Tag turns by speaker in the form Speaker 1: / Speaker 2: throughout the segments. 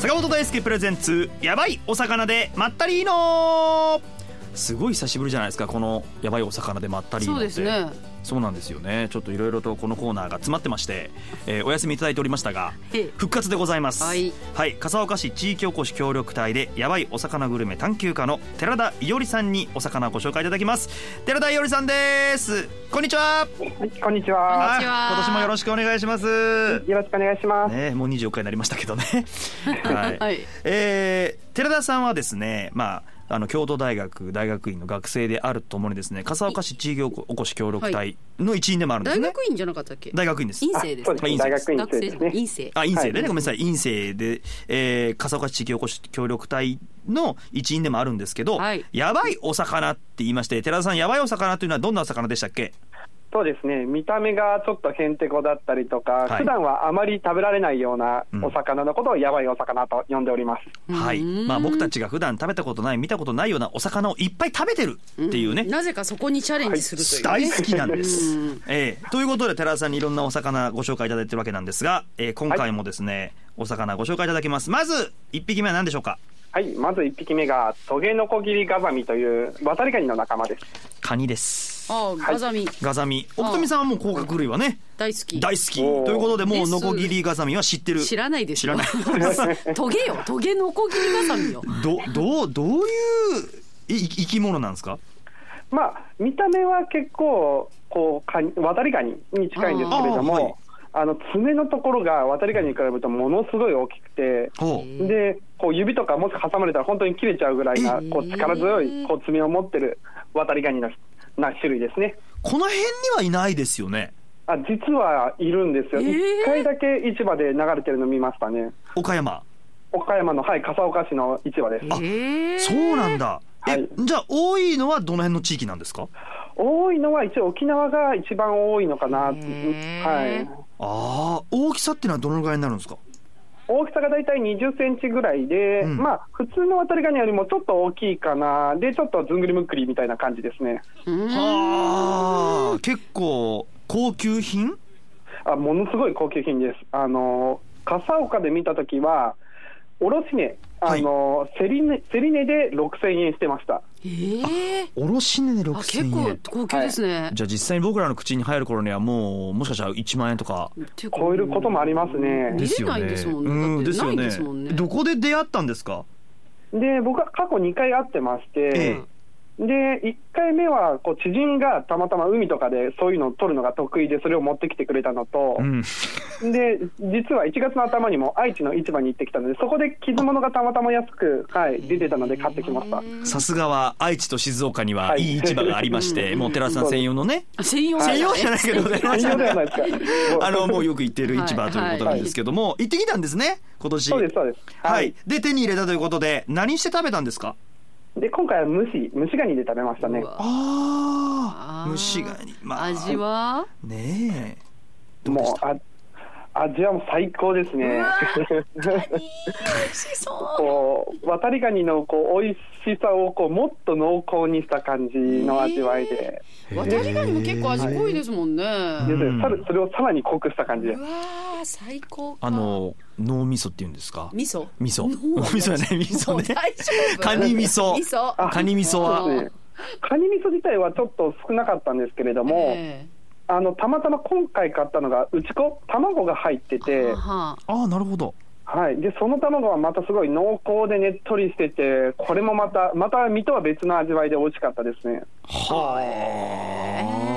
Speaker 1: 坂本大輔プレゼンツやばいお魚でまったりーのすごい久しぶりじゃないですかこのやばいお魚でまったりーのっ
Speaker 2: そう
Speaker 1: て
Speaker 2: ですね
Speaker 1: そうなんですよねちょっといろいろとこのコーナーが詰まってまして、えーお休みいただいておりましたが
Speaker 2: へい
Speaker 1: 復活でございます
Speaker 2: はい、
Speaker 1: はい笠岡市地域おこし協力隊でやばいお魚グルメ探求家の寺田伊織さんにお魚をご紹介いただきます寺田伊織さんですこんにちは
Speaker 3: はい、こんにちは。
Speaker 2: にちは
Speaker 1: あ今年もよろしくお願いします
Speaker 3: よろしくお願いします。
Speaker 1: ねもう24回になりましたけど ねはい、
Speaker 2: はい
Speaker 1: えー寺田さんはですねまああの京都大学大学院の学生であるとともにですね笠岡市地域おこし協力隊の一員でもあるんです
Speaker 2: 大
Speaker 1: ね、
Speaker 2: 学院じゃなかったっけ
Speaker 1: 大学院です
Speaker 2: 院
Speaker 3: あ
Speaker 2: 生です
Speaker 3: そうです
Speaker 1: 院
Speaker 3: ね。
Speaker 1: 生
Speaker 3: 大
Speaker 1: です
Speaker 3: 学院
Speaker 2: 学
Speaker 3: 生で
Speaker 2: 生
Speaker 3: す
Speaker 2: の院
Speaker 3: ね。
Speaker 2: 生
Speaker 1: あ院生でね、
Speaker 3: は
Speaker 1: ご
Speaker 3: い
Speaker 1: めんなさい院生で、えー、笠岡市地域おこし協力隊の一員でもあるんですけど、
Speaker 2: はい
Speaker 1: やばいお魚って言いまして寺田さんやばいお魚というのはどんなお魚でしたっけ
Speaker 3: そうですね。見た目がちょっとへんてこだったりとか、
Speaker 1: はい
Speaker 3: 普段はあまり食べられないような
Speaker 1: うん
Speaker 3: お魚のことをやばいお魚と呼んでおります。
Speaker 1: はい、
Speaker 2: うん
Speaker 1: まあ、僕たちが普段食べたことない見たことないようなお魚をいっぱい食べてるっていうね、
Speaker 2: なぜかそこにチャレンジするという、ね
Speaker 1: 大好きなんです
Speaker 2: うん。
Speaker 1: ええということで寺田さんにいろんなお魚ご紹介いただいてるわけなんですが、えー今回もですね、お魚ご紹介いただきます。まず一匹目は何でしょうか。
Speaker 3: はい。まず一匹目がトゲノコギリガザミというワタリガニの仲間です。
Speaker 1: カニです。
Speaker 2: ああガザミ
Speaker 1: ガザミ。奥富さんはもう甲殻類はね
Speaker 2: 大好き
Speaker 1: 大好き
Speaker 3: おー
Speaker 1: ということでも
Speaker 2: で
Speaker 1: う
Speaker 2: す
Speaker 1: ノコギリガザミは知ってる。
Speaker 2: 知らないです
Speaker 1: 知ら
Speaker 2: よ
Speaker 1: ない。
Speaker 2: トゲよトゲノコギリガザミよ
Speaker 1: どどうどういういい生き物なんですか。
Speaker 3: まあ、見た目は結構、こう、カニワタリガニに近いんですけれ
Speaker 1: あ
Speaker 3: ど
Speaker 1: ーはい
Speaker 3: も、あの、爪のところがワタリガニに比べるとものすごい大きくて、
Speaker 1: ほ
Speaker 2: え
Speaker 1: う。
Speaker 2: ー
Speaker 3: でこう指とかもし挟まれたら本当に切れちゃうぐらいな
Speaker 2: えー
Speaker 3: こう力強いこう爪を持ってる渡りガニのな種類ですね
Speaker 1: この辺にはいないですよね。
Speaker 3: あ実はいるんですよ、
Speaker 2: え
Speaker 3: 一
Speaker 2: ー
Speaker 3: 1回だけ市場で流れてるの見ましたね
Speaker 1: 岡山。
Speaker 3: 岡山の、はい、笠岡市の市場です
Speaker 1: あ
Speaker 2: えー
Speaker 1: そうなんだ。え、
Speaker 3: はい
Speaker 1: じゃあ多いのはどの辺の地域なんですか。
Speaker 3: 多いのは一応沖縄が一番多いのかな、
Speaker 2: へー
Speaker 3: はい、
Speaker 1: ああ大きさっていうのはどのぐらいになるんですか。
Speaker 3: 大きさが大体20センチぐらいで、
Speaker 1: うん
Speaker 3: まあ普通の渡りガニよりもちょっと大きいかなでちょっとずんぐりむっくりみたいな感じですね
Speaker 2: うん
Speaker 1: はあ結構高級品
Speaker 3: あものすごい高級品です。あの笠岡で見たときは、おろし値、あの、セリネセリネで6000円してました。
Speaker 2: えー
Speaker 1: 卸値で
Speaker 2: あ結
Speaker 1: 6000
Speaker 2: 構
Speaker 1: 円
Speaker 2: 高級ですね
Speaker 1: じゃあ実際に僕らの口に入る頃にはもうもしかしたら1万円とか
Speaker 2: っていうか
Speaker 3: 超えることもありますね。
Speaker 1: ですよね
Speaker 2: 見れないですもんね
Speaker 1: う
Speaker 2: だってないですもんね
Speaker 1: どこで出会ったんですか
Speaker 3: で、僕は過去2回会ってまして、
Speaker 1: え
Speaker 3: で、1回目はこう知人がたまたま海とかでそういうのを取るのが得意で、それを持ってきてくれたのと
Speaker 1: う、ん
Speaker 3: で、実は1月の頭にも愛知の市場に行ってきたので、そこで傷物がたまたま安く、はい、出てたので買ってきました。
Speaker 1: さすがは愛知と静岡には
Speaker 3: はい
Speaker 1: いい市場がありまして、
Speaker 2: うん
Speaker 1: もう寺田さん専用のね
Speaker 2: あ専用
Speaker 1: 専用じゃないけどね
Speaker 3: 専用ではないですか。
Speaker 1: あのもうよく行ってる市場ということなんですけども、行ってきたんですね今年
Speaker 3: そうです、そうです。
Speaker 1: はい、で手に入れたということで何して食べたんですか
Speaker 3: で今回は蒸し蒸しガニで食べましたね
Speaker 2: う。わ
Speaker 1: あ
Speaker 2: あ
Speaker 1: あ
Speaker 2: ー
Speaker 1: 虫がにまあ
Speaker 2: 味は
Speaker 1: ねえどうでし
Speaker 3: もう
Speaker 1: た
Speaker 3: あ味はもう最高ですね。
Speaker 2: 美味しそう
Speaker 3: こう渡りガニのこう美味しさをこうもっと濃厚にした感じの味わいで、
Speaker 2: 渡りガニも結構味濃いですもんね
Speaker 1: え
Speaker 3: で
Speaker 1: ーうん
Speaker 3: さらそれをさらに濃くした感じで
Speaker 2: う
Speaker 3: す。
Speaker 2: わー最高か
Speaker 1: あの脳みそっていうんですか
Speaker 2: 味噌
Speaker 1: 味噌
Speaker 2: もう
Speaker 1: 味噌やね味噌ね
Speaker 2: もう大丈 夫
Speaker 1: カニ味噌
Speaker 2: 味噌
Speaker 3: あ
Speaker 1: カニ味噌
Speaker 3: そうで
Speaker 1: は
Speaker 3: すね。カニ味噌自体はちょっと少なかったんですけれども、
Speaker 2: え
Speaker 3: あのたまたま今回買ったのがうちこ卵が入って
Speaker 2: え
Speaker 3: て、
Speaker 2: は
Speaker 1: ああなるほど
Speaker 3: はい、でその卵はまたすごい濃厚でねっとりしててこれもまたまた身とは別の味わいで美味しかったですね。
Speaker 1: は
Speaker 2: あ
Speaker 1: あ
Speaker 2: ええ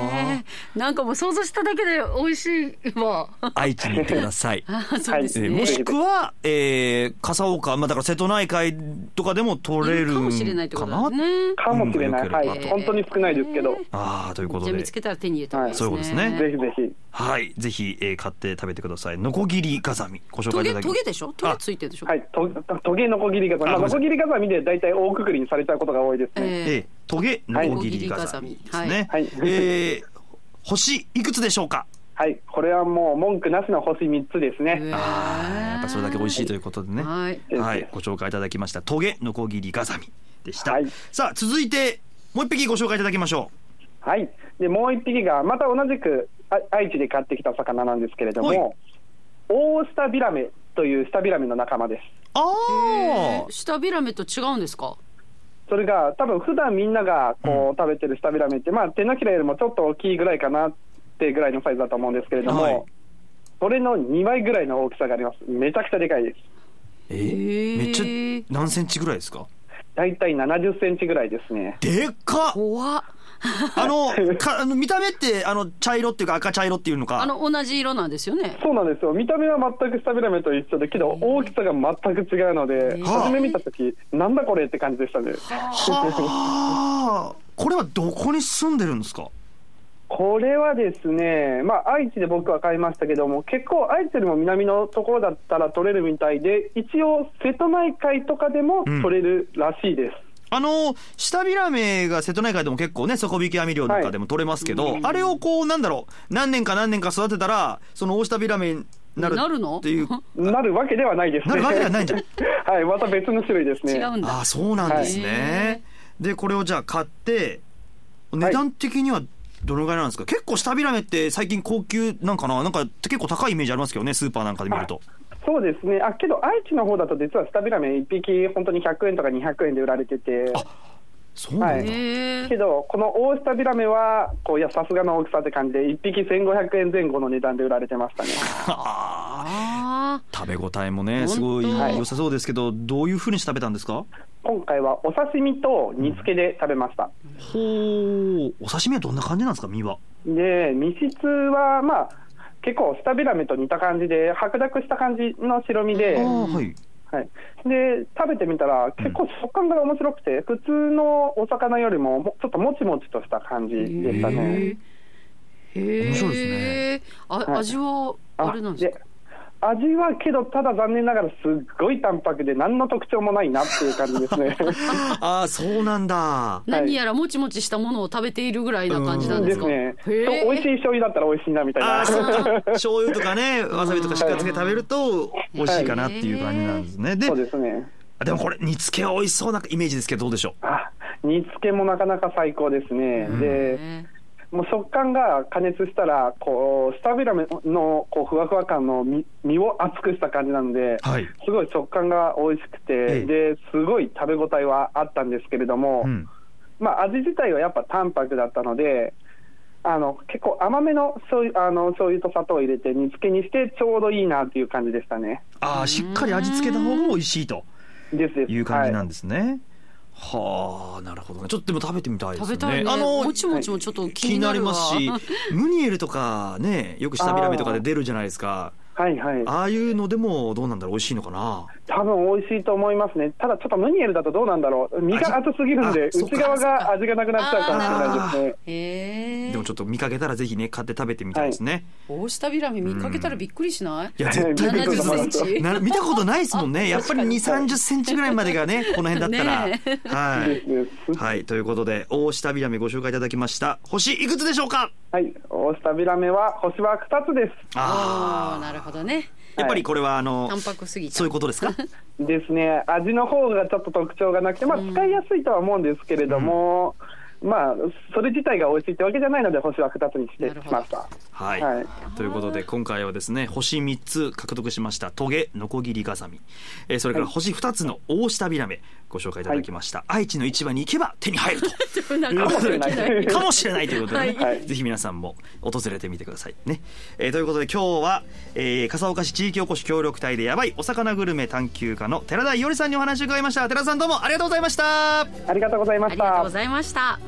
Speaker 2: なんかもう想像しただけで美味しいわ
Speaker 1: 愛知に行ってくださ い
Speaker 2: あーそうです
Speaker 1: え
Speaker 2: ね、
Speaker 1: ーもしくは、えー、笠岡、まあ、だから瀬戸内海とかでも取れるん
Speaker 2: かもしれないってこ
Speaker 1: かな
Speaker 2: とですね
Speaker 3: かもしれない、
Speaker 1: うん
Speaker 3: は
Speaker 1: よ
Speaker 3: い、
Speaker 1: ければ
Speaker 2: と
Speaker 3: 本当に少ないですけど、ぜ
Speaker 1: ああということ
Speaker 2: じゃあ見
Speaker 1: で
Speaker 2: つけたら手に入れたらいいです
Speaker 1: はいそう
Speaker 2: ね、
Speaker 1: いうことですね
Speaker 3: ひぜひ、
Speaker 1: はいぜひ、えー、買って食べてくださいノコギリガザミご紹
Speaker 2: ト
Speaker 1: 介い
Speaker 2: ゲ
Speaker 1: ただき
Speaker 2: ト
Speaker 1: ま
Speaker 2: ゲ
Speaker 1: す
Speaker 2: でしょトゲついてるでしょ、
Speaker 3: はい、とトゲノコギリガザミ、
Speaker 1: あ
Speaker 3: ま
Speaker 1: ごめんな
Speaker 3: あノ
Speaker 1: さい
Speaker 3: コギリガザミで大体大くくりにされちゃうことが多いですね。
Speaker 2: ええ
Speaker 1: えー、トゲノコギリガザミですね、
Speaker 3: はい
Speaker 1: えー、星いくつでしょうか
Speaker 3: はい、これはもう文句なしの星3つですね。
Speaker 1: あーやっぱそれだけ美味しいということでね。は
Speaker 2: はい
Speaker 1: い、
Speaker 3: はい
Speaker 1: ご紹介いただきました。トゲノコギリガザミでした。
Speaker 3: はい
Speaker 1: さあ続いてもう一匹ご紹介いただきましょ
Speaker 3: はい、でもう1匹が、また同じくあ愛知で買ってきた魚なんですけれど
Speaker 1: はい
Speaker 3: も、オオシタビラメというシタビラメの仲間です。
Speaker 1: う。あ
Speaker 2: え
Speaker 1: あ
Speaker 2: ー、下ビラメと違うんですか
Speaker 3: それが多分普段みんながこう食べてる舌ビラメって、まあ手のひらよりもちょっと大きいぐらいかなってぐらいのサイズだと思うんですけれども、
Speaker 1: はい
Speaker 3: それの2倍ぐらいの大きさがありますめちゃくちゃでかいです
Speaker 1: え
Speaker 2: へー
Speaker 1: めっちゃ何センチぐらいですか
Speaker 3: 大体70センチぐらいですね
Speaker 1: でっかっ
Speaker 2: 怖っ
Speaker 1: あのかあの見た目ってあの茶色っていうか赤茶色っていうのか
Speaker 2: あの同じ色なんですよね
Speaker 3: そうなんですよ見た目は全く舌ビラメと一緒でけど大きさが全く違うので
Speaker 2: ー
Speaker 3: 初め見た時なんだこれって感じでしたね
Speaker 1: はあこれはどこに住んでるんですか
Speaker 3: これはですね、まあ、愛知で僕は買いましたけども、結構愛知よりも南のところだったら取れるみたいで、一応、瀬戸内海とかでも
Speaker 1: うん
Speaker 3: 取れるらしいです。
Speaker 1: あの下ビラメが瀬戸内海でも結構ね底引き網漁なんかでも取れますけど、あれをこうなんだろう何年か何年か育てたらその大下ビラメになる
Speaker 2: なるの
Speaker 1: っていう
Speaker 3: なるわけではないですね。
Speaker 1: なるわけではないんじゃん
Speaker 3: はい、また別の種類ですね。
Speaker 2: 違うん
Speaker 1: あ
Speaker 2: だ
Speaker 1: あそうなんですね
Speaker 2: へ、
Speaker 1: でこれをじゃあ買って値段的にはどのぐらいなんですか、結構下ビラメって最近高級なんかななんか結構高いイメージありますけどねスーパーなんかで見ると
Speaker 3: そうですね。あ、けど愛知の方だと実はスタビラメ1匹本当に100円とか200円で売られてて、
Speaker 1: そうなんだ、
Speaker 3: はい
Speaker 2: へえ
Speaker 3: けどこの大下ビラメはこういやさすがの大きさって感じで1匹1500円前後の値段で売られてましたね。
Speaker 2: あ
Speaker 1: 食べ応えもね
Speaker 2: 本当
Speaker 1: すごい良さそうですけどどういうふうにして食べたんですか
Speaker 3: 今回はお刺身と煮付けで食べました。
Speaker 1: ほうお刺身はどんな感じなんですか身は
Speaker 3: で身質はまあ結構舌ビラメと似た感じで白濁した感じの白身で,、
Speaker 1: あ
Speaker 3: は
Speaker 1: あはい
Speaker 3: い、で食べてみたら結構食感が面白くて、普通のお魚よりももちょっともちもちとした感じでしたね。
Speaker 2: へえ
Speaker 1: 面白いで
Speaker 2: あ
Speaker 3: はい
Speaker 2: 味はあれなんですか
Speaker 3: あで味はけどただ残念ながらすっごい淡白で何の特徴もないなっていう感じですね。
Speaker 1: ああそうなんだ
Speaker 3: はい
Speaker 2: 何やらもちもちしたものを食べているぐらいな感じなんで
Speaker 3: ですす
Speaker 2: か
Speaker 3: ね。
Speaker 2: へえ
Speaker 3: と美味しい醤油だったら美味しいなみたい
Speaker 1: あ
Speaker 3: な
Speaker 1: あ。そうか醤油とかねわさびとかしっかりつけて食べると美味しいかなっていう感じなんですねで
Speaker 3: そうですね。
Speaker 1: あでもこれ煮付けは美味しそうなイメージですけどどうでしょう
Speaker 3: あ煮付けもなかなか最高ですね。で、
Speaker 2: ね
Speaker 3: もう食感が加熱したら、こう、スタビラメのこうふわふわ感の身身を厚くした感じなので、
Speaker 1: はい
Speaker 3: すごい食感が美味しくて、
Speaker 1: え
Speaker 3: ですごい食べ応えはあったんですけれども、
Speaker 1: うん
Speaker 3: まあ、味自体はやっぱ淡白だったので、あの結構甘めの醤油あの醤油と砂糖を入れて煮付けにしてちょうどいいなっていう感じでしたね。
Speaker 1: ああしっかり味付けた方が美味しいと
Speaker 3: ですです。
Speaker 1: いう感じな
Speaker 3: はい
Speaker 1: んですねはあなるほどねちょっとでも食べてみたいですね
Speaker 2: 食べたいね
Speaker 1: あの
Speaker 2: もちもちもちょっと気
Speaker 1: 気
Speaker 2: に
Speaker 1: にな
Speaker 2: な
Speaker 1: り
Speaker 2: る
Speaker 1: ま
Speaker 2: わ
Speaker 1: すしムニエルとかねよく下ビラメとかで出るじゃないですか
Speaker 3: はいはい。
Speaker 1: ああいうのでもどうなんだろう美味しいのかな
Speaker 3: 多分美味しいと思いますね。ただちょっとムニエルだとどうなんだろう。身が厚すぎるん
Speaker 1: あ、
Speaker 3: で
Speaker 1: そっ
Speaker 3: 内
Speaker 1: か
Speaker 3: 側が味がなくなっちゃうかもしれないですね。
Speaker 2: へえ
Speaker 1: でもちょっと見かけたらぜひね買って食べてみたいですね、
Speaker 2: 大下ビラメ見かけたらびっくりしない
Speaker 1: い、や絶対びっくりする
Speaker 2: 70センチ
Speaker 1: な見たことないですもんねやっぱり2 3 0センチぐらいまでがねこの辺だったら、
Speaker 2: ね
Speaker 1: はい
Speaker 3: です
Speaker 1: はいということで大下ビラメご紹介いただきました星いくつでしょうか
Speaker 3: はい、オースタビラメは星は2つで
Speaker 2: ああ
Speaker 1: あ
Speaker 2: なるほどね
Speaker 1: あやっぱりこれはあの、
Speaker 2: 淡白すぎち
Speaker 1: そ
Speaker 2: ゃ
Speaker 1: ういううことですか
Speaker 3: す。ですね、味の方がちょっと特徴がなくて、まあ、使いやすいとは思うんですけれども、まあ、それ自体が美味しいってわけじゃないので、星は2つにして
Speaker 2: なるほ
Speaker 3: き
Speaker 2: ど
Speaker 3: ました。
Speaker 1: はい、
Speaker 3: はい
Speaker 1: ということで今回はですね星3つ獲得しましたトゲノコギリガザミ、えーそれから星2つの大下ビラメご紹介いただきました、愛知の市場に行けば手に入ると
Speaker 2: なんか
Speaker 3: もしれない
Speaker 1: かもしれないということで、ね
Speaker 3: はい
Speaker 1: ぜひ皆さんも訪れてみてくださいね。えーということで今日は、えー笠岡市地域おこし協力隊でやばいお魚グルメ探求家の寺田伊織さんにお話を伺いました寺田さんどうもありがとうございました
Speaker 3: ありがとうございま
Speaker 2: あ
Speaker 3: し
Speaker 2: り
Speaker 3: た
Speaker 2: がとうご。ざいました